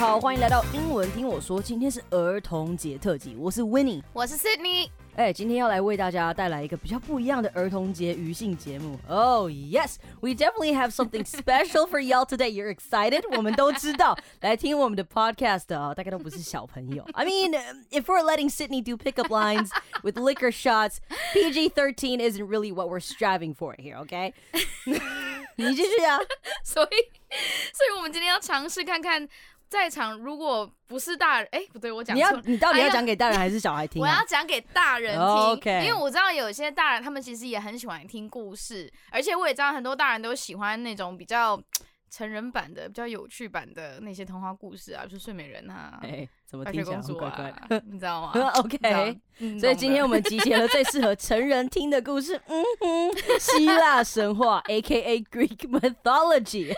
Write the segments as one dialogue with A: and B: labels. A: 好，欢迎来到英文听我说，今天是儿童节特辑，我是 Winnie。
B: 我是 Sydney，
A: 哎、今天要来为大家带来一个比较不一样的儿童节余兴节目。Oh yes, we definitely have something special for y'all today. You're excited? 我们都知道，来听我们的 podcast 啊、大概都不是小朋友。I mean, um, if we're letting Sydney do pickup lines with liquor shots, PG thirteen isn't really what we're striving for here. Okay? 你继续啊。
B: 所以，所以我们今天要尝试看看，在场如果不是大人，哎、不对，我讲
A: 你
B: 错
A: 要
B: 了，
A: 你到底
B: 哎
A: 要
B: 呀
A: 讲给大人还是小孩听、
B: 我
A: 啊哦
B: 要？讲给大人听
A: OK
B: 因为我知道有些大人他们其实也很喜欢听故事，而且我也知道很多大人都喜欢那种比较成人版的、比较有趣版的那些童话故事啊，就是睡美人啊、
A: 哎、怎么
B: 白
A: 听起
B: 雪
A: 来
B: 公
A: 很
B: 主
A: 怪怪
B: 啊
A: 的？，
B: 你 知道吗
A: OK
B: 你知道嗯
A: 所以
B: 懂
A: 今天
B: 的
A: 我们集结了最适合成人听的故事，嗯哼，希腊神话 （A.K.A. Greek mythology）。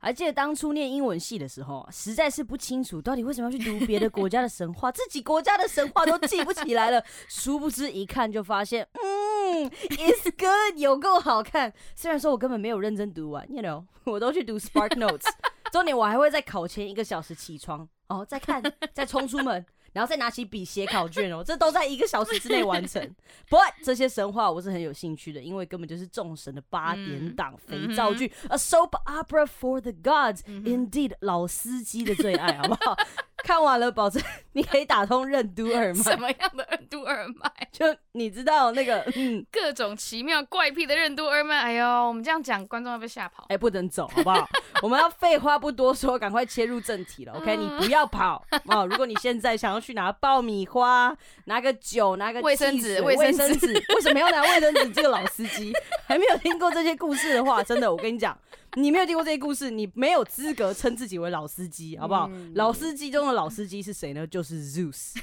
A: 还记得当初念英文系的时候，啊实在是不清楚到底为什么要去读别的国家的神话，自己国家的神话都记不起来了。殊不知一看就发现，嗯，It's good，有够好看。虽然说我根本没有认真读完，you know，我 都去读 Spark Notes。重点我还会在考前一个小时起床，哦，再看， 再冲出门，然后再拿起笔写考卷哦，这都在一个小时之内完 成。But 这些神话我是很有兴趣的，因为根本就是众神的八点档肥皂剧、a
B: 嗯
A: soap opera for the gods、Indeed，老司机的最爱，好不好？ 看完了，保证你可以打通任督二脉
B: 什。么样的任督二脉？
A: 就你知道那个，嗯，
B: 各种奇妙怪癖的任督二脉。哎呦，我们这样讲，观众会被吓跑
A: 哎、。不能走，好不 好？我们要废话不多说，赶快切入正题了。OK，你
B: 嗯
A: 不要 跑哦。如果你现在想要去拿爆米花、拿个酒、拿个
B: 卫生
A: 汽水
B: 纸
A: 卫
B: 卫生
A: 生纸，为什么要拿卫生纸？这个老司 机还没有听过这些故事的话，真的，我跟你讲，你没有听过这些故事，你没有资格称自己为老司机，好不好？
B: 嗯
A: 老司机中的老司机是谁呢？就是 Zeus。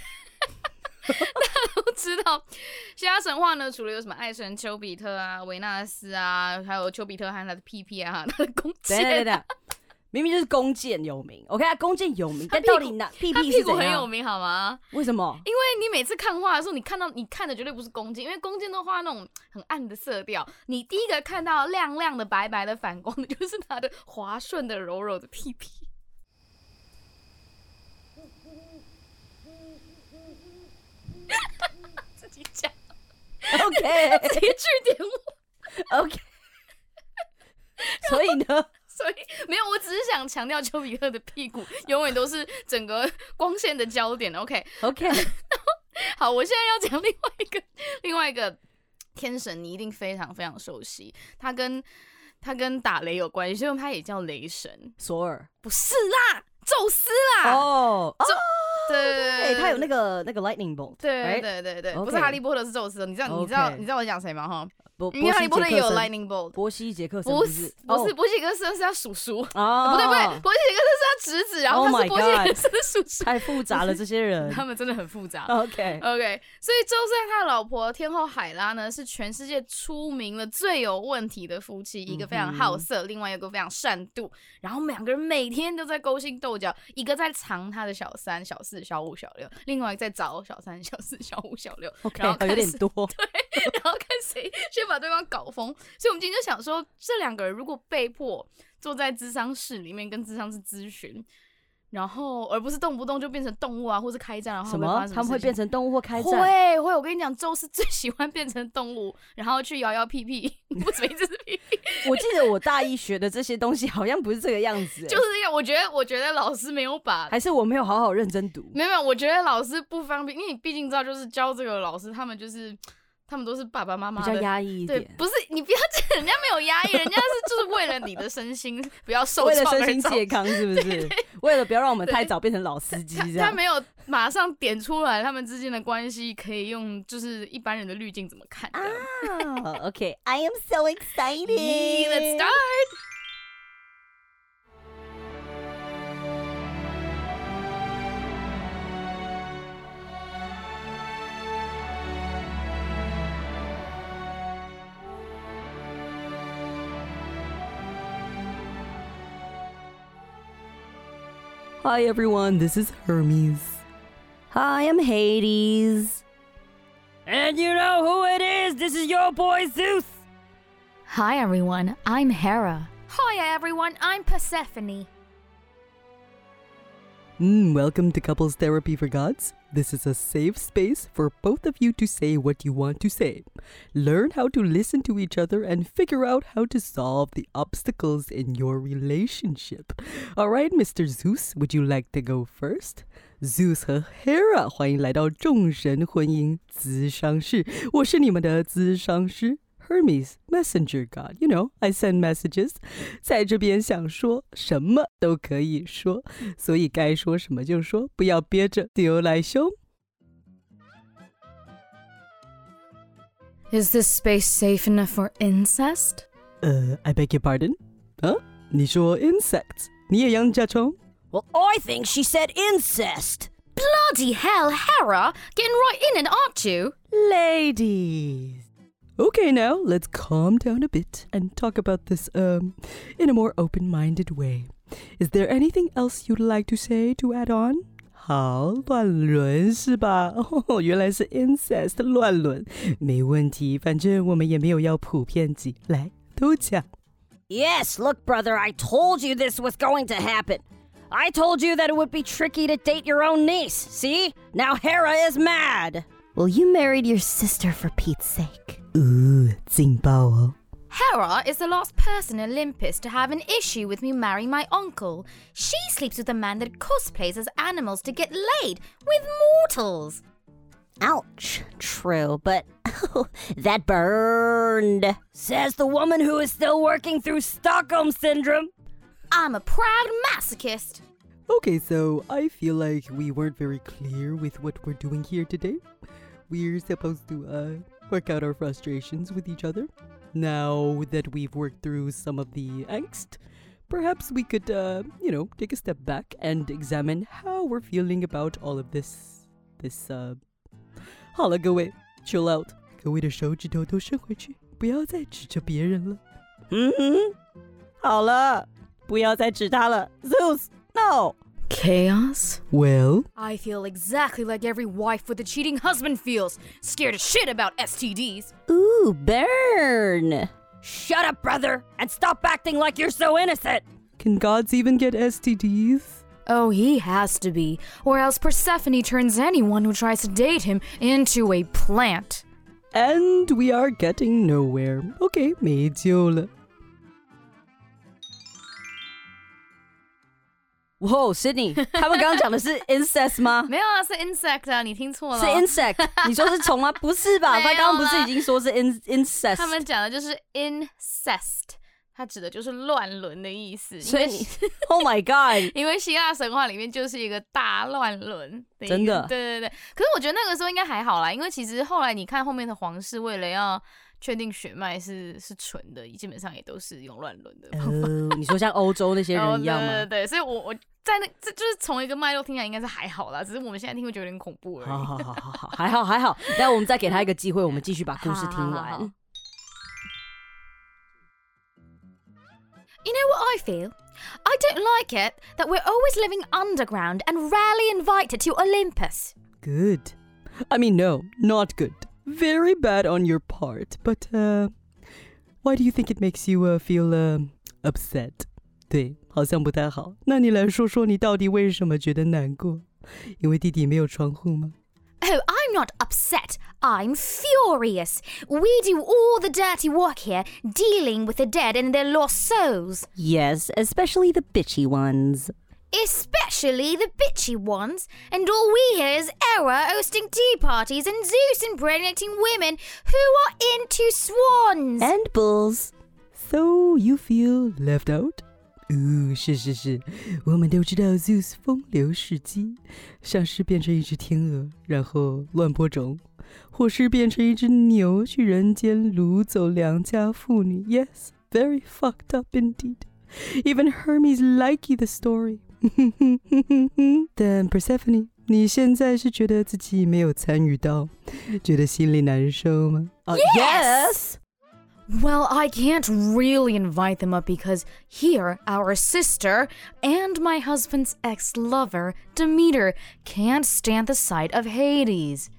B: 知道希腊神话呢，除了有什么爱神丘比特啊、维纳斯啊，还有丘比特和他的屁屁啊、他的弓
A: 等一下等一下
B: 箭，
A: 等一下，明明就是弓箭有名，OK，他弓箭有名，但到底哪屁
B: 他
A: 屁
B: 哎屁
A: 是
B: 股
A: 怎
B: 很有
A: 样？
B: 名，好吗？
A: 为什 么？
B: 因为你每次看画的时候，你看到你看的绝对不是弓箭，因为弓箭都画那种很暗的色调，你第一个看到亮亮的、白白的、反光的，就是他的滑顺的、柔柔的屁屁。 自己讲，
A: OK
B: 自己去 点我。
A: OK，所以呢，
B: 所以没有，我只是想强调丘比特的屁股永远都是整个光线的焦点。OK，
A: OK，
B: 好，我现在要讲另外一个，另外一个天神，你一定非常非常熟悉，他跟他跟打雷有关系，所以他也叫雷神，
A: 索尔
B: 不是啦，宙斯啦，
A: 哦，哦，
B: 对对
A: 对，
B: 对，
A: 他有那
B: 个。
A: 个那个 lightning bolt，
B: 呃对
A: right？
B: 对对对
A: OK
B: 不是哈利波特是宙斯哦的，你知道你知道
A: OK
B: 你知道我讲谁吗？哈，
A: 波
B: 因为哈利波特也有
A: 波西杰克森
B: lightning bolt，
A: 波西杰克森
B: 不
A: 是
B: 是不是波西杰克森是他叔叔，
A: 哦啊，
B: 不对不 对，，波西杰克森是他侄子，然后
A: Oh
B: 他是
A: my
B: 波西杰克森的叔叔，
A: 太复杂了这些人
B: 他们真的很复杂。
A: ，OK，
B: OK，所以宙斯和他的老婆天后海拉呢，是全世界出名了最有问题的夫妻，
A: 嗯
B: 一个非常好色，另外一个非常善妒，然后两个人每天都在勾心斗角，一个在藏他的小三、小四、小五、小六，另外一个在找小三、小四、小五、小六
A: OK，
B: 然后
A: 好有
B: 看
A: 点
B: 是
A: 多，
B: 然后看谁先把对方搞疯。所以我们今天就想说，这两个人如果被迫坐在智商室里面跟智商室咨询，然后而不是动不动就变成动物啊，或是开 战，然后
A: 什
B: 会发
A: 么
B: 生？什
A: 他们会
B: 事
A: 变
B: 情
A: 成动物或开战？
B: 会会，我跟你讲，宙斯最喜欢变成动物，然后去摇摇屁屁，不止一只 屁屁，
A: 我记得我大一学的这些东西好像不是这个样子，
B: 就是这样。我觉得，我觉得老师没有把。
A: 还是我没有好好认真读。
B: 没有，没有，我觉得老师不方便，因为你毕竟知道，就是教这个老师，他们就是，他们都是爸爸妈妈
A: 比
B: 的
A: 较压抑一
B: 对，
A: 点，
B: 不是你不要这样，人家没有压抑，人家是就是为了你的身心不要受
A: 为了
B: 创
A: 身
B: 而
A: 心
B: 造
A: 健康是不是？为了不要让我们
B: 对
A: 太早变成老司机这
B: 他
A: 样。
B: 没有马上点出来他们之间的关系，可以用就是一般人的滤镜怎么看的。
A: 啊 o k Oh, I am so excited.
B: Yeah, Let's start.
A: ！Hi everyone, this is Hermes. Hi, I'm Hades. And you know who it is? This is your boy Zeus.
C: Hi everyone, I'm Hera.
B: Hi everyone, I'm Persephone.
A: Mm, welcome to Couples Therapy for Gods. This is a safe space for both of you to say what you want to say. Learn how to listen to each other and figure out how to solve the obstacles in your relationship. All right, Mr. Zeus, would you like to go first? Zeus 和 Hera，欢迎来到众神婚姻咨商室，我是你们的咨商师 Hermes Messenger God. You know, I send messages，在这边想说什么都可以说，所以该说什么就说，不要憋着丢来凶。
B: Is this space safe enough for incest?
A: 呃，I beg your pardon？啊，你说 insects，你也养甲虫？
D: Well, I think she said incest.
B: Bloody hell, Hera! Getting right in it, aren't you?
A: Ladies. Okay, now let's calm down a bit and talk about this um in a more open-minded way. Is there anything else you'd like to say to add on? 好，乱伦是 吧？哦，原来是 incest 乱伦，没问题，反正我们也没有要普遍级，来都讲。
D: Yes, look, brother, I told you this was going to happen. I told you that it would be tricky to date your own niece. See? Now Hera is mad.
E: Well, you married your sister for Pete's sake.
A: 呃，劲爆哦！
B: Hera is the last person in Olympus to have an issue with me marrying my uncle. She sleeps with a man that cosplays as animals to get laid with mortals.
E: Ouch. True, but
D: oh,
E: that burned.
D: Says the woman who is still working through Stockholm Syndrome.
B: I'm a proud masochist.
A: Okay, so I feel like we weren't very clear with what we're doing here today. We're supposed to uh, work out our frustrations with each other. Now that we've worked through some of the angst, perhaps we could, uh, you know, take a step back and examine how we're feeling about all of this. This, uh. Hala, go away. Chill out. 各位的手指头都伸回去，不要再指着别人了。
D: Mm-hmm. 嗯哼，好了，不要再指他了，Zeus。No.
B: Chaos?
A: Well,
B: I feel exactly like every wife with a cheating husband feels scared as shit about STDs.
E: Ooh, burn.
D: Shut up, brother, and stop acting like you're so innocent.
A: can gods even get STDs?
B: Oh, he has to be, or else Persephone turns anyone who tries to date him into a plant.
A: And we are getting nowhere. Okay, 没救了。
D: Whoa, Sydney，他们刚刚讲的是 incest 吗？
B: 没有啊，是 insect 啊，你听错了。
D: 是 insect，你说是虫吗？不是吧？
B: 没有
D: 他
B: 啦
D: 刚刚不是已经说是 in incest？
B: 他们讲的就是 incest，它指的就是乱伦的意思。
D: 所以
B: 因为
D: 你，Oh my God，
B: 因为希腊神话里面就是一个大乱伦一个
D: 真的
B: 对对对。可是我觉得那个时候应该还好啦，因为其实后来你看后面的皇室为了要确定血脉是是纯的，基本上也都是用乱伦的方法。
D: 哦，你说像欧洲那些
B: 然后
D: 人一样
B: 对对
D: 吗？
B: 对，所以我我在那这就是从一个脉络听起来应该是还好啦，只是我们现在听会觉得有点恐怖而已。
D: 好好好好好，还好还好，但我们再给他一个机会，我们继续把故事听
B: 好好好
D: 完。
B: You know what I feel? I don't like it that we're always living underground and rarely invited to Olympus.
A: Good. I mean, no, not good. Very bad on your part. But uh, why do you think it makes you uh, feel uh, upset? 对，好像不太好。那你来说说，你到底为什么觉得难过？因为弟弟没有窗户吗？
B: Oh, I'm not upset. I'm furious. We do all the dirty work here, dealing with the dead and their lost souls,
E: Yes, especially the bitchy ones.
B: especially the bitchy ones. And all we hear is Era hosting tea parties and Zeus impregnating women who are into swans.
D: Eh?
E: And bulls.
A: So you feel left out? 哦，是是是，我们都知道 Zeus 风流事迹，像是变成一只天鹅，然后乱播种，或是变成一只牛去人间掳走良家妇女。Yes, very fucked up indeed. Even Hermes liked the story. 但 Persephone，你现在是觉得自己没有参与到，觉得心里难受吗？
D: Uh,
A: 啊
B: Yes! Well, I can't really invite them up because here our sister and my husband's ex lover, Demeter, can't stand the sight of Hades.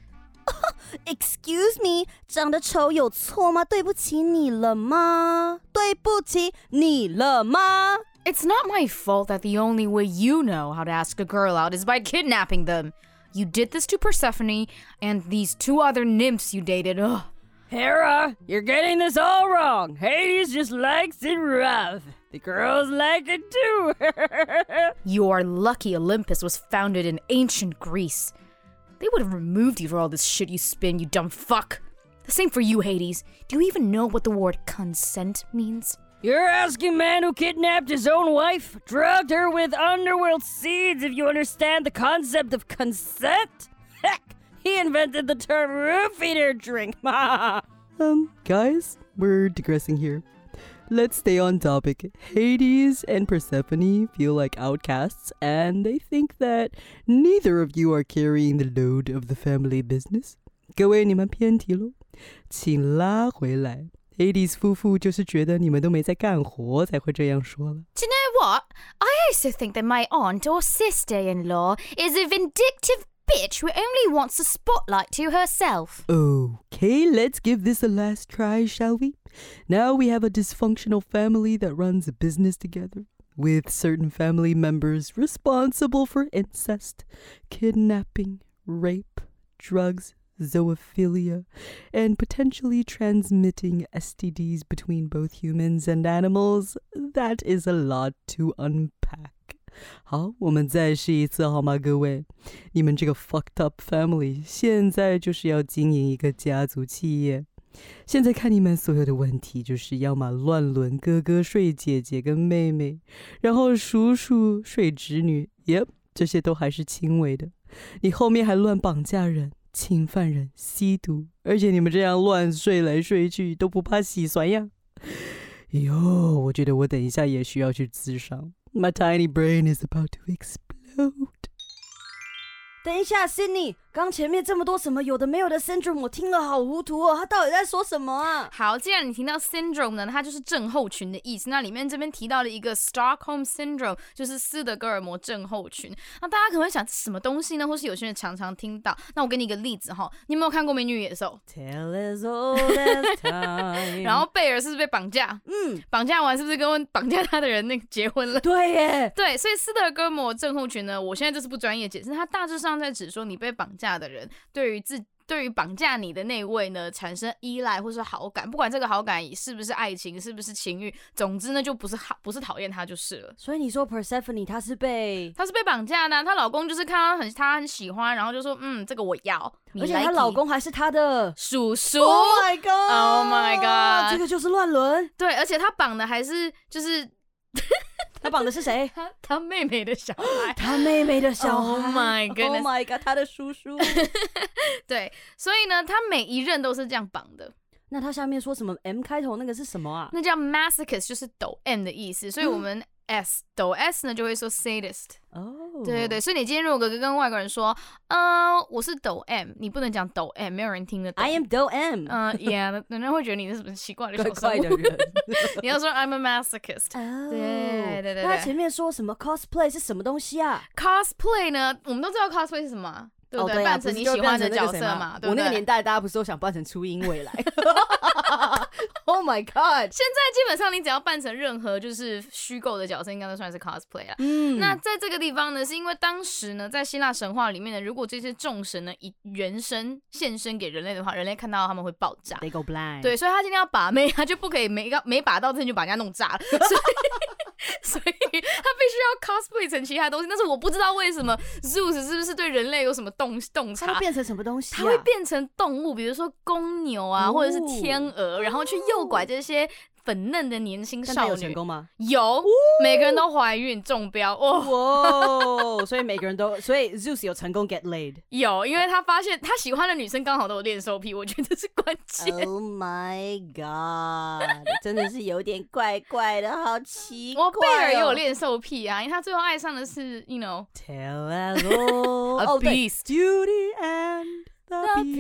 E: Excuse me，长得丑有错吗？对不起你了吗？对不起你了吗？
B: It's not my fault that the only way you know how to ask a girl out is by kidnapping them. You did this to Persephone and these two other nymphs you dated. Ugh.
D: Hera, you're getting this all wrong. Hades just likes it rough. The girls like it too.
B: You are lucky Olympus was founded in ancient Greece. They would have removed you for all this shit you spin, you dumb fuck. The same for you, Hades. Do you even know what the word consent means?
D: you're asking man who kidnapped his own wife, drugged her with underworld seeds, if you understand the concept of consent? Heck, he invented the term roof eater drink.
A: Um, guys, we're digressing here. Let's stay on topic. Hades and Persephone feel like outcasts, and they think that neither of you are carrying the load of the family business. 各位，你们偏题喽，请拉回来。Hades 夫妇就是觉得你们都没在干活，才会这样说了。
B: Do you know what? I also think that my aunt or sister in law is a vindictive bitch who only wants the spotlight to herself.
A: Okay, let's give this a last try, shall we? Now we have a dysfunctional family that runs a business together, with certain family members responsible for incest, kidnapping, rape, drugs, zoophilia, and potentially transmitting STDs between both humans and animals. That is a lot to unpack. 好，我们再试一次好吗，各位？你们这个 fucked up family 现在就是要经营一个家族企业。现在看你们所有的问题，就是要么乱伦哥哥睡姐姐跟妹妹，然后叔叔睡侄女，yep，这些都还是轻微的。你后面还乱绑架人、侵犯人、吸毒，而且你们这样乱睡来睡去都不怕洗酸呀。哟，我觉得我等一下也需要去咨商。My tiny brain is about to explode.
D: 等一下，Sydney，刚前面这么多什么有的没有的 syndrome，我听了好糊涂哦，他到底在说什么啊？
B: 好，既然你听到 syndrome 呢，它就是症候群的意思。那里面这边提到了一个 Stockholm syndrome，就是斯德哥尔摩症候群。那大家可能会想，这什么东西呢？或是有些人常常听到。那我给你一个例子哈，你有没有看过《美女与野兽
D: Tell as old as》？time
B: 然后贝尔是不是被绑架？
D: 嗯，
B: 绑架完是不是跟绑架他的人那个结婚了？
D: 对耶，
B: 对，所以斯德哥尔摩症候群呢，我现在这是不专业解释，它大致上在指说你被绑架的人对于自。对于绑架你的那位呢，产生依赖或是好感，不管这个好感是不是爱情，是不是情欲，总之呢，就不是好，不是讨厌他就是了。
D: 所以你说 Persephone 她是被，
B: 她是被绑架的啊、她老公就是看到很她很喜欢，然后就说嗯，这个我要。你
D: 而且
B: 来
D: 她
B: 给
D: 老公还是她的
B: 叔 叔
D: Oh my god!
B: 哦 Oh my god
D: 这个就是乱伦。
B: 对，而且他绑的还是就是？
D: 他绑的是谁
B: 他他妹妹的小孩。
D: 他妹妹的小孩。
B: Oh my
D: Oh
B: goodness
D: my god！他的叔 叔。
B: 对，所以呢，他每一任都是这样绑的。
D: 那他下面说什么 M 开头那个是什么啊？
B: 那叫 masochist，就是抖 M 的意思，所以我们
D: 嗯
B: S、抖 S 呢就会说 sadist。
D: 哦，
B: 对对对，所以你今天如果跟外国人说，呃，我是抖 M，你不能讲抖 M，没有人听得懂。
D: ，I am Do M，
B: 嗯、yeah，人家会觉得你是什么奇怪的
D: 怪
B: 小
D: 怪
B: 生
D: 的
B: 物。
D: 人。
B: 你要说 I'm a masochist。
D: 哦
B: 对对对对
D: 那他前面说什么 cosplay 是什么东西啊？
B: cosplay 呢，我们都知道 cosplay 是什么啊，对不
D: 哦
B: 对？
D: 对啊
B: 扮成
D: 不是
B: 你
D: 就
B: 喜欢的
D: 扮成那
B: 角
D: 个
B: 色
D: 谁
B: 嘛，
D: 吗
B: 对不对？
D: 我那个年代，大家不是都想扮成初 音未来？Oh my god！
B: 现在基本上你只要扮成任何就是虚构的角色，应该都算是 cosplay 啦。
D: 嗯
B: 那在这个地方呢，是因为当时呢，在希腊神话里面呢，如果这些众神呢以原身现身给人类的话，人类看到他们会爆炸。
D: They go blind。
B: 对，所以他今天要把妹，他就不可以没到没把到之前就把人家弄炸了， 所以所以 他必须要 cosplay 成其他东西。但是我不知道为什么 Zeus 是不是对人类有什么洞洞
D: 它会
B: 察，
D: 变成什么东西啊？
B: 它会变成动物，比如说公牛啊，
D: 哦
B: 或者是天鹅，然后去诱拐这些粉嫩的年轻
D: 但它
B: 少
D: 有
B: 女
D: 成。功吗？
B: 有，每个人都怀孕中标哦。
D: 哇！所以每个人都，所以 Zeus 有成功 get laid。
B: 有，因为他发现他喜欢的女生刚好都有练兽癖，我觉得这 是关键。
D: 呃
E: Oh my god！真的是有点怪怪的，好奇怪、哦。
B: 我贝尔也有练兽癖啊，因为他最后爱上的是，you know，
D: Tell us all.
B: A
D: 哦，对
B: beast
D: ，Beauty and the
B: The Beast，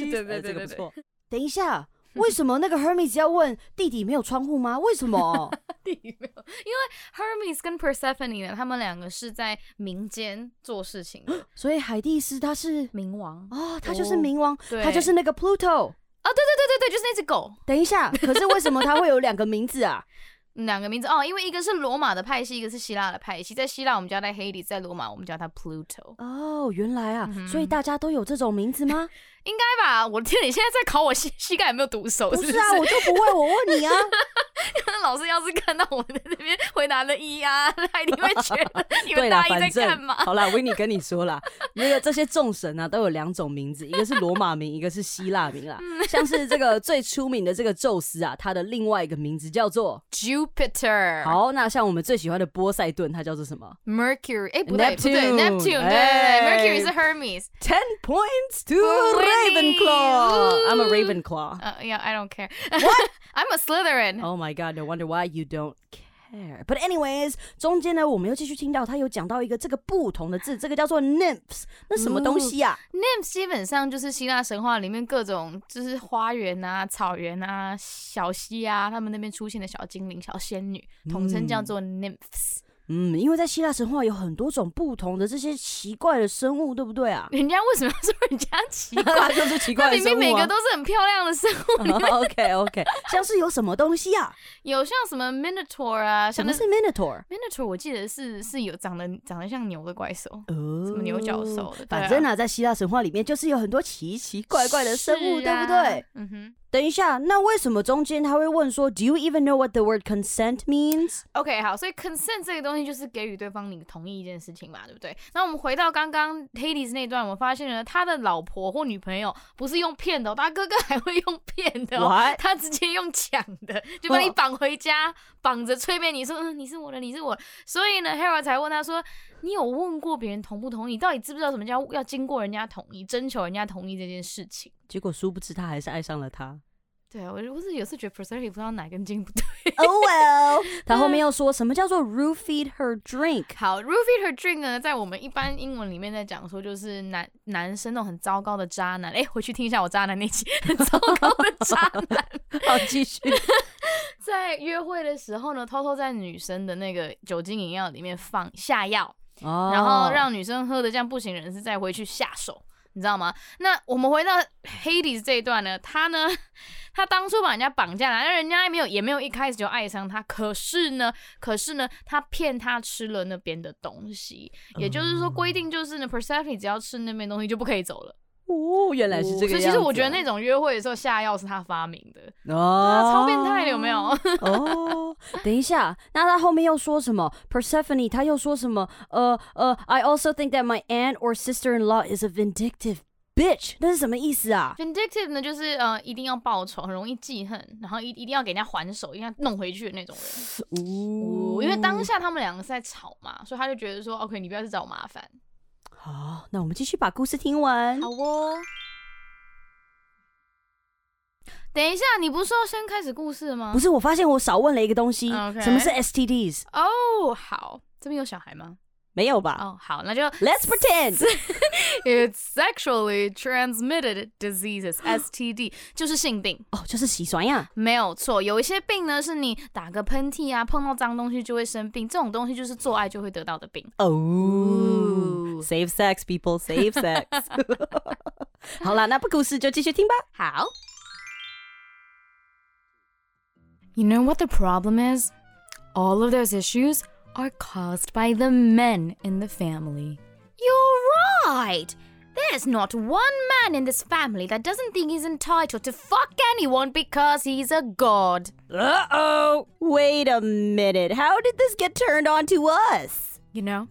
D: Beast。
B: 对对
D: 哎
B: 对对
D: 这个不
B: 对
D: 错。
E: 等 一下，
D: 为什么那个 Hermes 要问弟弟没有窗户吗？为 什么？
B: 地没有，因为 Hermes 跟 Persephone 呢，他们两个是在民间做事情 的
D: 所以海蒂斯他是
B: 冥王啊，
D: 哦，他就是
B: 哦
D: 冥王，
B: 对
D: 他就是那个 Pluto。
B: 对对对对对，就是那只狗，
D: 等一下，可是为什么他会有两个名字啊？
B: 两个名字哦，因为一个是罗马的派系，一个是希腊的派系。在希腊我们叫它 Hades，在罗马我们叫它 Pluto，
D: 哦，原来啊，
B: 嗯
D: 所以
B: 哼
D: 大家都有这种名字 吗？
B: 应该吧？我的 天，你现在在考我膝膝盖有没有毒手？
D: 不
B: 是
D: 是啊，我就不会，我问你啊，
B: 老师要是看到我在这边回答了一啊，他一定会觉得你
D: 对
B: 们
D: 啦，
B: 大一在
D: 反
B: 干
D: 正
B: 嘛？
D: 好啦，维尼跟你说啦， 那个这些众神啊都有两种名字，一个是罗马名，一个是希腊名啦。
B: 嗯
D: 像是这个最出名的这个宙斯啊，他的另外一个名字叫 做
B: Jupiter，
D: 好，那像我们最喜欢的波塞顿，他叫做什么
B: Mercury，哎，不对不对
D: Neptune，
B: ，Neptune，对对
D: 哎
B: 对，Mercury 是 Hermes，
D: ？Ten points to
B: For Winnie
D: Ravenclaw. I'm a
B: Woo
D: Ravenclaw.
B: 呃，Yeah，I don't care，I'm a Slytherin，
D: Oh my god, no wonder why you don't care. But anyways，中间呢，我们又继续听到他有讲到一个这个不同的字，这个叫做 nymphs，那什么东西啊？
B: Nymph 基本上就是希腊神话里面各种就是花园啊、草原啊、小溪啊，他们那边出现的小精灵、小仙女，统称叫做 nymphs。
D: 嗯，因为在希腊神话有很多种不同的这些奇怪的生物，对不对 啊？
B: 人家为什么要说人家奇 怪？
D: 就是奇
B: 那
D: 怪的
B: 明
D: 生物、啊。
B: 明每个都是很漂亮的生物，
D: OK OK，像是有什么东西啊？
B: 有像什么 minotaur 啊，
D: 什
B: 像
D: 么
B: 那
D: 是 minotaur？
B: minotaur，我记得是是有长得长得像牛的怪兽，
D: 哦，
B: 什么牛角兽的。
D: 反正
B: 呢，
D: 啊，在希腊神话里面就是有很多奇奇怪怪的生物，
B: 是啊
D: 对不对？？
B: 嗯哼。
D: 等一下，那为什么中间他会问说，Do you even know what the word consent means？
B: OK，好，所以 consent 这个东西就是给予对方你同意一件事情嘛，对不对？那我们回到刚刚 Hades 那段，我们发现了他的老婆或女朋友不是用骗的、哦，他哥哥还会用骗的、哦，
D: What？
B: 他直接用抢的，就把你绑回家，绑着催眠你说，嗯，你是我的，你是我的。所以呢，Hera 才问他说，你有问过别人同不同意？到底知不知道什么叫要经过人家同意，征求人家同意这件事情？
D: 结果殊不知他还是爱上了他。
B: 对啊我，我是有次觉得 Persephone 不知道哪根筋不对。
D: Oh well，他后面
B: 嗯
D: 又说什么叫做 roofied her drink？
B: 好，Roofied her drink 呢，在我们一般英文里面在讲说，就是男男生那种很糟糕的渣男。哎，回去听一下我渣男那集，很糟糕的渣男，
D: 好，继续。
B: 在约会的时候呢，偷偷在女生的那个酒精饮料里面放下药，
D: 哦
B: 然后让女生喝的这样不省人事，再回去下手。你知道吗？那我们回到 Hades 这一段呢，他呢，他当初把人家绑架来，那人家也没有也没有一开始就爱上他，可是呢，可是呢，他骗他吃了那边的东西，也就是
D: 嗯
B: 说规定就是呢，Persephone 只要吃那边东西就不可以走了。
D: 哦，原来是这个
B: 所
D: 样
B: 以
D: 子
B: 其
D: 啊。
B: 实我觉得那种约会的时候下药是他发明的，
D: 哦
B: 啊，超变态的有没 有？
D: 哦，等一下，那他后面又说什么？Persephone，他又说什么？呃呃，I also think that my aunt or sister-in-law is a vindictive bitch，那是什么意思啊？
B: Vindictive 呢，就是呃，一定要报仇，很容易记恨，然后一一定要给人家还手，一定要弄回去的那种人。
D: 哦
B: 因为当下他们两个是在吵嘛，所以他就觉得说，OK，你不要去找我麻烦。
D: 好，哦那我们继续把故事听完
B: 好。哦。等一下，你不是说先开始故事吗
D: 不？是，我发现我少问了一个东西
B: OK
D: 什么是 STDs？
B: 哦好，这边有小孩吗？
D: 没有吧、
B: 哦、好，那就
D: l e t s pretend。
B: It's sexually transmitted diseases (STD) 就是性病，
D: 哦，就是洗酸呀。
B: 没有错。有一些病呢，是你打个喷嚏啊，碰到脏东西就会生病，这种东西就是做爱就会得到的病。
D: 哦、s a v e sex people, save sex 。好啦，那不故事就继续听吧。
B: 好。You know what the problem is? All of those issues are caused by the men in the family. You're right! There's not one man in this family that doesn't think he's entitled to fuck anyone because he's a god.
D: Uh oh! Wait a minute. How did this get turned on to us?
B: You know,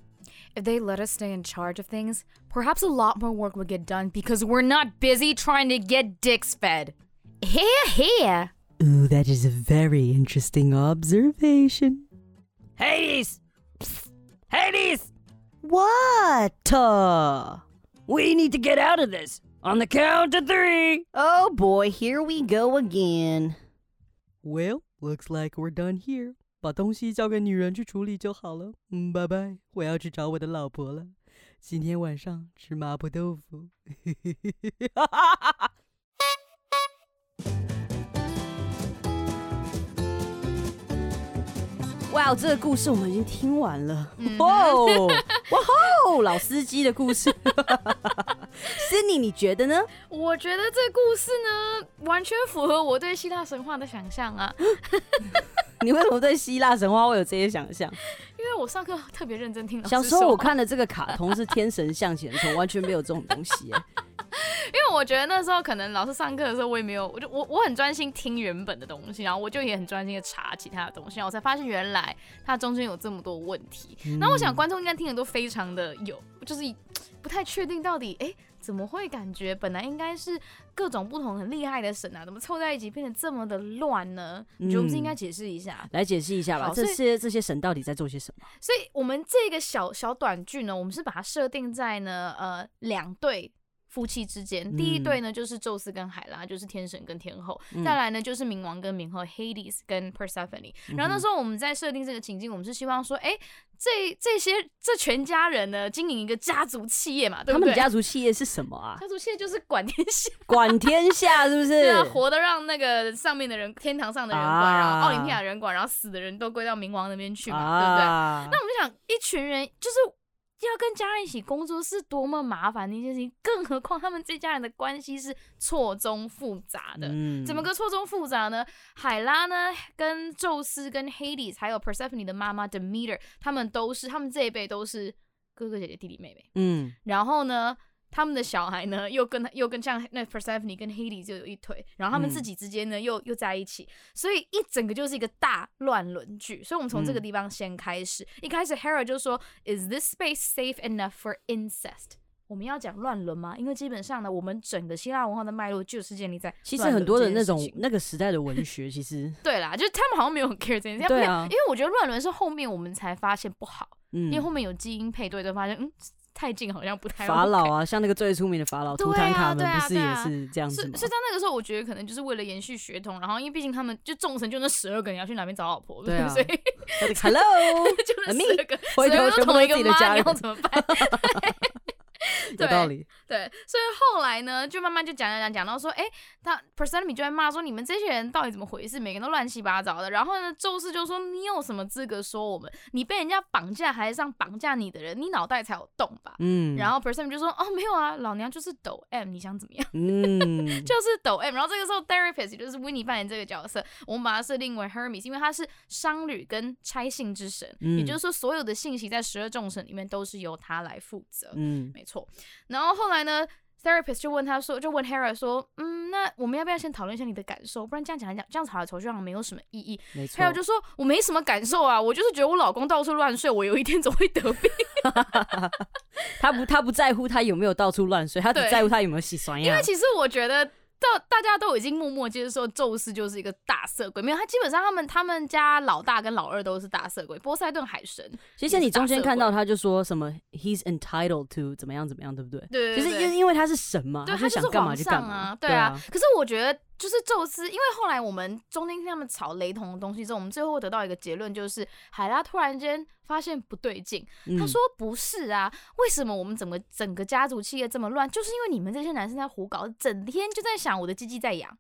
B: if they let us stay in charge of things, perhaps a lot more work would get done because we're not busy trying to get dicks fed. Here, here!
A: Ooh, that is a very interesting observation.
D: Hades! Psst. Hades! What? Uh,
E: We need to get out of this.
D: on the count of three! Oh boy, here we go again.
A: Well, looks like we're done here. 把东西交给女人去处理就好了。嗯，拜拜，我要去找我的老婆了。今天晚上吃麻婆豆腐。
D: 哇、这个故事我们已经听完了。哇哦，哇哦，老司机的故事。Cindy，你觉得呢？
B: 我觉得这故事呢，完全符合我对希腊神话的想象啊。
D: 你为什么对希腊神话会有这些想象？
B: 因为我上课特别认真 听老师
D: 小时候我
B: 说
D: 看的这个卡通是《天神向前冲》，完全没有这种东西、欸。
B: 因为我觉得那时候可能老师上课的时候，我也没有，我就我我很专心听原本的东西，然后我就也很专心的查其他的东西，然后我才发现原来它中间有这么多问题。
D: 嗯
B: 然后我想观众应该听的都非常的有，就是不太确定到底哎。诶怎么会感觉本来应该是各种不同很厉害的神啊，怎么凑在一起变得这么的乱呢？你觉得我们是应该解释一下？
D: 来解释一下吧，
B: 好
D: 这
B: 所以
D: 些这些神到底在做些什么？
B: 所以我们这个小小短剧呢，我们是把它设定在呢呃两对。夫妻之间，第一
D: 嗯
B: 对呢就是宙斯跟海拉，就是天神跟天后；再来呢就是冥王跟冥后 Hades 跟 Persephone。然
D: 嗯
B: 后那时候我们在设定这个情境，我们是希望说，哎、这这些这全家人呢经营一个家族企业嘛，对
D: 他
B: 不
D: 们
B: 对？
D: 家族企业是什么啊？
B: 家族企业就是管天下，
D: 管天下是不
B: 对
D: 是？
B: 啊， 活的让那个上面的人，天堂上的人管，
D: 啊
B: 然后奥林匹亚人管，然后死的人都归到冥王那边去嘛，对不对？
D: 啊，
B: 那我们就想，一群人就是要跟家人一起工作是多么麻烦的一件事情，更何况他们这家人的关系是错综复杂的。
D: 嗯
B: 怎么个错综复杂呢？海拉呢，跟宙斯、跟 Hades，还有 Persephone 的妈妈 Demeter，他们都是，他们这一辈都是哥哥姐姐、弟弟妹妹。
D: 嗯
B: 然后呢，他们的小孩呢，又跟又跟像那 Persephone 跟 Hades 就有一腿，然后他们
D: 嗯
B: 自己之间呢、又又在一起，所以一整个就是一个大乱伦剧。所以我们从这个
D: 嗯
B: 地方先开始。一开始 Hera 就说：“Is this space safe enough for incest？” 我们要讲乱伦吗？因为基本上呢，我们整个希腊文化的脉络就是建立在
D: 其实
B: 乱
D: 很
B: 伦
D: 多
B: 这
D: 的
B: 件
D: 那
B: 事
D: 种
B: 情
D: 那个时代的文学，其实
B: 对啦，就是他们好像没有很 care 这件事情，
D: 对
B: 因
D: 啊
B: 为因为我觉得乱伦是后面我们才发现不好，
D: 嗯
B: 因为，后面有基因配对，就发现嗯太近好像不太
D: 法
B: OK
D: 老啊，像那个最出名的法老
B: 对
D: 图坦卡
B: 啊对啊
D: 门，不是
B: 对啊
D: 也是这样
B: 所
D: 子
B: 以，
D: 吗？
B: 所以到那个时候，我觉得可能就是为了延续血统，然后因为毕竟他们就众神就那十二个，你要去哪边找老婆？
D: 对啊
B: 所以就
D: 他 就 Hello，
B: 那十
D: Ami，
B: 二个，
D: 回
B: 十
D: 头
B: 二个
D: 全部
B: 同
D: 都
B: 一
D: 是自
B: 个
D: 己的
B: 妈，
D: 家
B: 你
D: 人
B: 要，怎么办？
D: 有道理。
B: 对，所以后来呢，就慢慢就讲讲讲讲到说，哎，他 Persephone 就在骂说，你们这些人到底怎么回事？每个人都乱七八糟的。然后呢，宙斯就说，你有什么资格说我们？你被人家绑架还是让绑架你的人，你脑袋才有洞吧？
D: 嗯，
B: 然
D: 后
B: 后 Persephone 就说，哦，没有啊，老娘就是抖 M，你想怎么样？
D: 嗯，
B: 就是抖 M，然后这个时候 therapist 也就是 Winnie 扮演这个角色，我们把它设定为 Hermes，因为他是商旅跟拆信之神，
D: 嗯
B: 也就是说所有的信息在十二众神里面都是由他来负责，
D: 嗯
B: 没错。然后后来呢，therapist 就问他说，就问 Hera 说，嗯，那我们要不要先讨论一下你的感受？不然这样讲来讲，这样吵来吵去好像没有什么意义。
D: 没错，
B: Hera 就说，我没什么感受啊，我就是觉得我老公到处乱睡，我有一天总会得病。
D: 他不他不在乎他有没有到处乱睡，他只
B: 对
D: 在乎他有没有洗刷
B: 因
D: 牙
B: 为。其实我觉得到大家都已经默默接受宙斯就是一个大色鬼，没有他基本上他们他们家老大跟老二都是大色鬼，波塞顿海神，
D: 其实你中间看
B: 也
D: 到
B: 是
D: 他就说什么 he's entitled to 怎么样怎么样，对不对？
B: 对对
D: 就是
B: 对
D: 因
B: 对
D: 为因为他是神嘛，
B: 对，
D: 就
B: 他就
D: 想
B: 是
D: 干嘛
B: 皇
D: 就
B: 上
D: 干嘛
B: 啊，
D: 对
B: 对啊。，可是我觉得，就是宙斯，因为后来我们中间听他们吵雷同的东西之后，我们最后得到一个结论，就是海拉突然间发现不对劲。他
D: 嗯
B: 说：“不是啊，为什么我们整个整个家族企业这么乱？就是因为你们这些男生在胡搞，整天就在想我的鸡鸡在痒，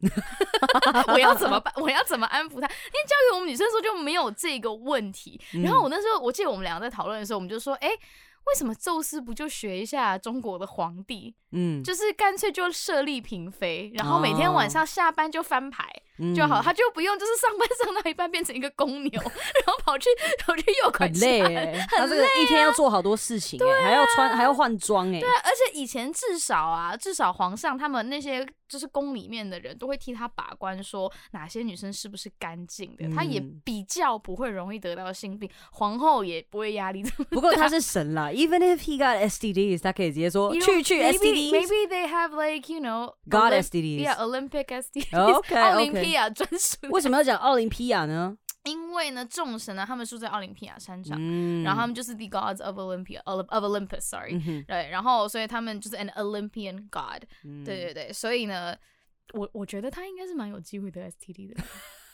B: 我要怎么办？我要怎么安抚他？因为交给我们女生的时候就没有这个问题。然
D: 嗯
B: 后我那时候我记得我们两个在讨论的时候，我们就说，哎、为什么宙斯不就学一下中国的皇帝，
D: 嗯，
B: 就是干脆就设立嫔妃，然后每天
D: 哦嗯
B: 晚上下班就翻牌就好，他就不用就是上班上到一半变成一个公牛， 然后跑去跑去诱拐
D: 很
B: 其
D: 累
B: 他人
D: 欸，他这个一天要做好多事情欸，还要穿还要换装哎
B: 对，啊，而且以前至少啊，至少皇上他们那些就是宫里面的人都会替他把关，说哪些女生是不是干净的，他也
D: 嗯
B: 比较不会容易得到性病，皇后也不会压力这么
D: 不过他是神啦，even if he got STDs，他可以直接说
B: You know,
D: 哦去去
B: maybe-
D: STDs。
B: Maybe they have like you know
D: God
B: Olymp-
D: STDs
B: Yeah, Olympic STDs.
D: OK，OK
B: 奥林匹亚专属的。
D: 为什么要讲奥林匹亚呢？
B: 因为呢，众神呢，他们住在奥林匹亚山上，
D: 嗯
B: 然后他们就是 the gods of Olympia of of Olympus. Sorry，、
D: 哼
B: 对，然后所以他们就是 an Olympian god、对对对，所以呢，我我觉得他应该是蛮有机会得 STD 的。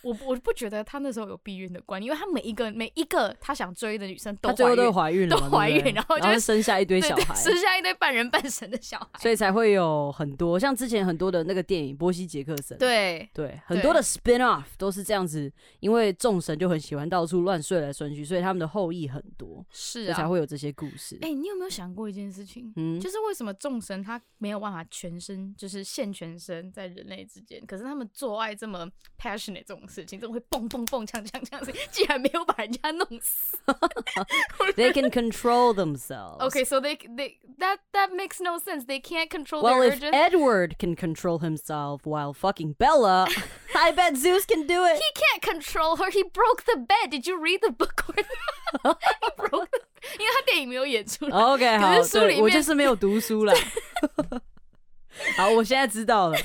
B: 我我不觉得他那时候有避孕的观念，因为他每一个每一个他想追的女生都
D: 他最后都
B: 怀
D: 怀孕了嘛，
B: 都怀
D: 对不对
B: 孕然后就
D: 然后生下一堆
B: 孕
D: 小
B: 对
D: 孩
B: 对，生下一堆半人半神的小 孩。
D: 所以才会有很多像之前很多的那个电影《波西·杰克森》，
B: 对，
D: 对，很多的 spin off 都是这样子，因为众神就很喜欢到处乱睡来睡去，所以他们的后裔很多，
B: 是
D: 所以才
B: 啊。
D: 会有这些故事
B: 哎、。你有没有想过一件事情？
D: 嗯，
B: 就是为什么众神他没有办法全身，就是献全身在人类之间，可是他们做爱这么 passionate 这种事情，这种会蹦蹦蹦、锵锵锵的事情，竟然没有把人家弄死。
D: They can control themselves.
B: Okay, so they they that that makes no sense. They can't control
D: Well,
B: their
D: if
B: urges.
D: Edward can control himself while fucking Bella, I bet Zeus can do it.
B: he can't control her. He broke the bed. Did you read the book? Or not? he broke. The, 因为他电影没有演出来。
D: OK，好，
B: 书
D: 对
B: 里
D: 我
B: 面
D: 就是没有读书啦。 好，我现在知道了。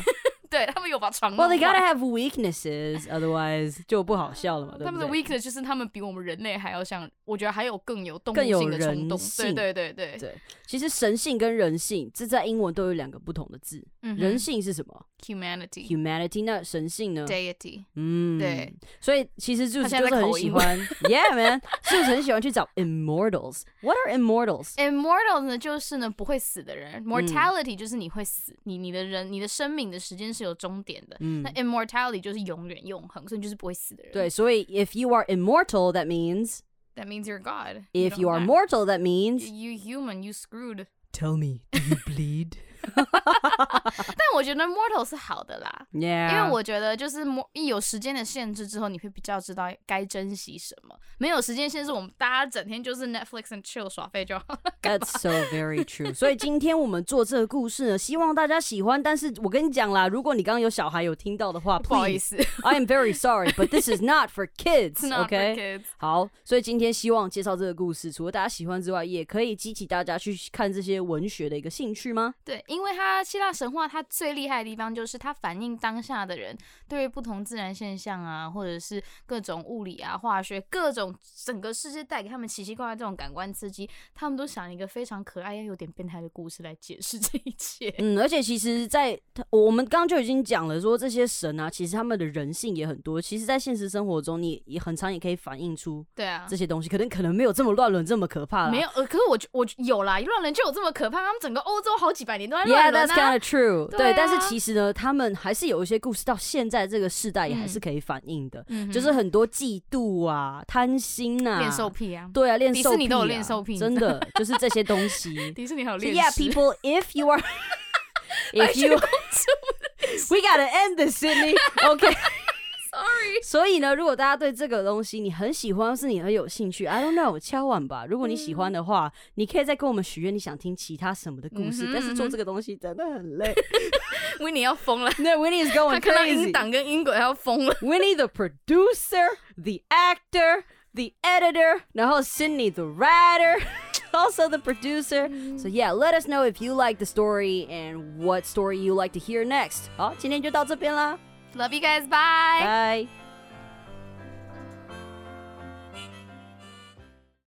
B: 对他们有把床弄
D: Well, they
B: 坏
D: gotta have weaknesses, otherwise 就不好笑了嘛，对
B: 他
D: 不
B: 们的
D: 对？
B: weakness 就是他们比我们人类还要像，我觉得还有更有动物
D: 更有
B: 性的冲动
D: 人。性
B: 对对对对，
D: 对，其实神性跟人性，这在英文都有两个不同的字。
B: 嗯哼
D: 人性是什么
B: humanity
D: ？humanity。那神性呢？
B: deity，
D: 嗯，
B: 对。
D: 所以其实 Zeus
B: 他
D: 就
B: 现在
D: 是
B: 在
D: 很
B: 口
D: 喜
B: 音
D: 欢，Yeah man，Zeus 很喜欢去找 immortals。What are immortals？
B: Immortal 呢，就是呢不会死的人；mortality 就是你会死，你你的人，你的生命的时间是有终点的。
D: 嗯
B: 那 immortality 就是永远永恒，所以你就是不会死的人。
D: 对，所以 if you are immortal, that means
B: ，That means you're God.
D: if
B: don't
D: you are
B: die.
D: mortal, that means
B: you human, you screwed.
A: Tell me, do you bleed?
B: 但我觉得 mortal 是好的啦。因
D: yeah。
B: 为我觉得，就是摩一有时间的限制之后，你会比较知道该珍惜什么。没有时间限制，我们大家整天就是 Netflix and chill 耍废就好了。
D: That's so very true 。所以今天我们做这个故事呢，希望大家喜欢。但是我跟你讲啦，如果你刚刚有小孩有听到的话，
B: 不好意思
D: please, I am very sorry, but this is not for kids.
B: ，It's not for
D: OK，
B: kids。
D: 好，所以今天希望介绍这个故事，除了大家喜欢之外，也可以激起大家去看这些文学的一个兴趣吗？
B: 对，因为它希腊神话，它最厉害的地方就是它反映当下的人对于不同自然现象啊，或者是各种物理啊、化学各种整个世界带给他们奇奇怪怪这种感官刺激，他们都想一个非常可爱又有点变态的故事来解释这一切。
D: 嗯，而且其实在，他我们刚刚就已经讲了，说这些神啊，其实他们的人性也很多。其实，在现实生活中，你也很常也可以反映出
B: 对啊
D: 这。些东西，可能可能没有这么乱伦这么可怕 啦。
B: 没有，呃，可是我觉我觉有啦，乱伦就有这么可怕？他们整个欧洲好几百年都在
D: Yeah,
B: 乱
D: that's
B: 伦
D: kind
B: 啊。
D: of true
B: 对
D: 但是
B: 啊
D: 其实呢，他们还是有一些故事，到现在这个世代也还
B: 嗯
D: 是可以反映的，
B: 嗯哼
D: 就是很多嫉妒啊、贪心啊、
B: 恋兽癖啊，
D: 对啊，练
B: 迪
D: 兽
B: 士尼
D: 癖
B: 都有
D: 啊
B: 恋兽癖你
D: 真
B: 知道
D: 的就是这些东西。
B: 迪士尼好
D: So
B: 恋
D: yeah,
B: 尸
D: people, if you are, if you, we gotta end this, Sydney. Okay.
B: Sorry，
D: 所以呢，如果大家对这个东西你很喜欢，或是你很有兴趣，I don't know，敲碗吧。如果你喜
B: 嗯
D: 欢的话，你可以再跟我们许愿，你想听其他什么的故事。
B: 嗯哼
D: 但是
B: 嗯
D: 做
B: 哼
D: 这个东西真的很累。
B: 维尼要疯了，
D: 那 Winnie is
B: 他
D: going
B: 看到英
D: crazy.
B: 党跟英国他要疯了。
D: Winnie the producer, the actor, the editor, 然后 Sydney the writer, also the producer. So yeah, let us know if you like the story and what story you like to hear next. 好，今天就到这边啦，
B: Love you guys，bye。
D: 拜。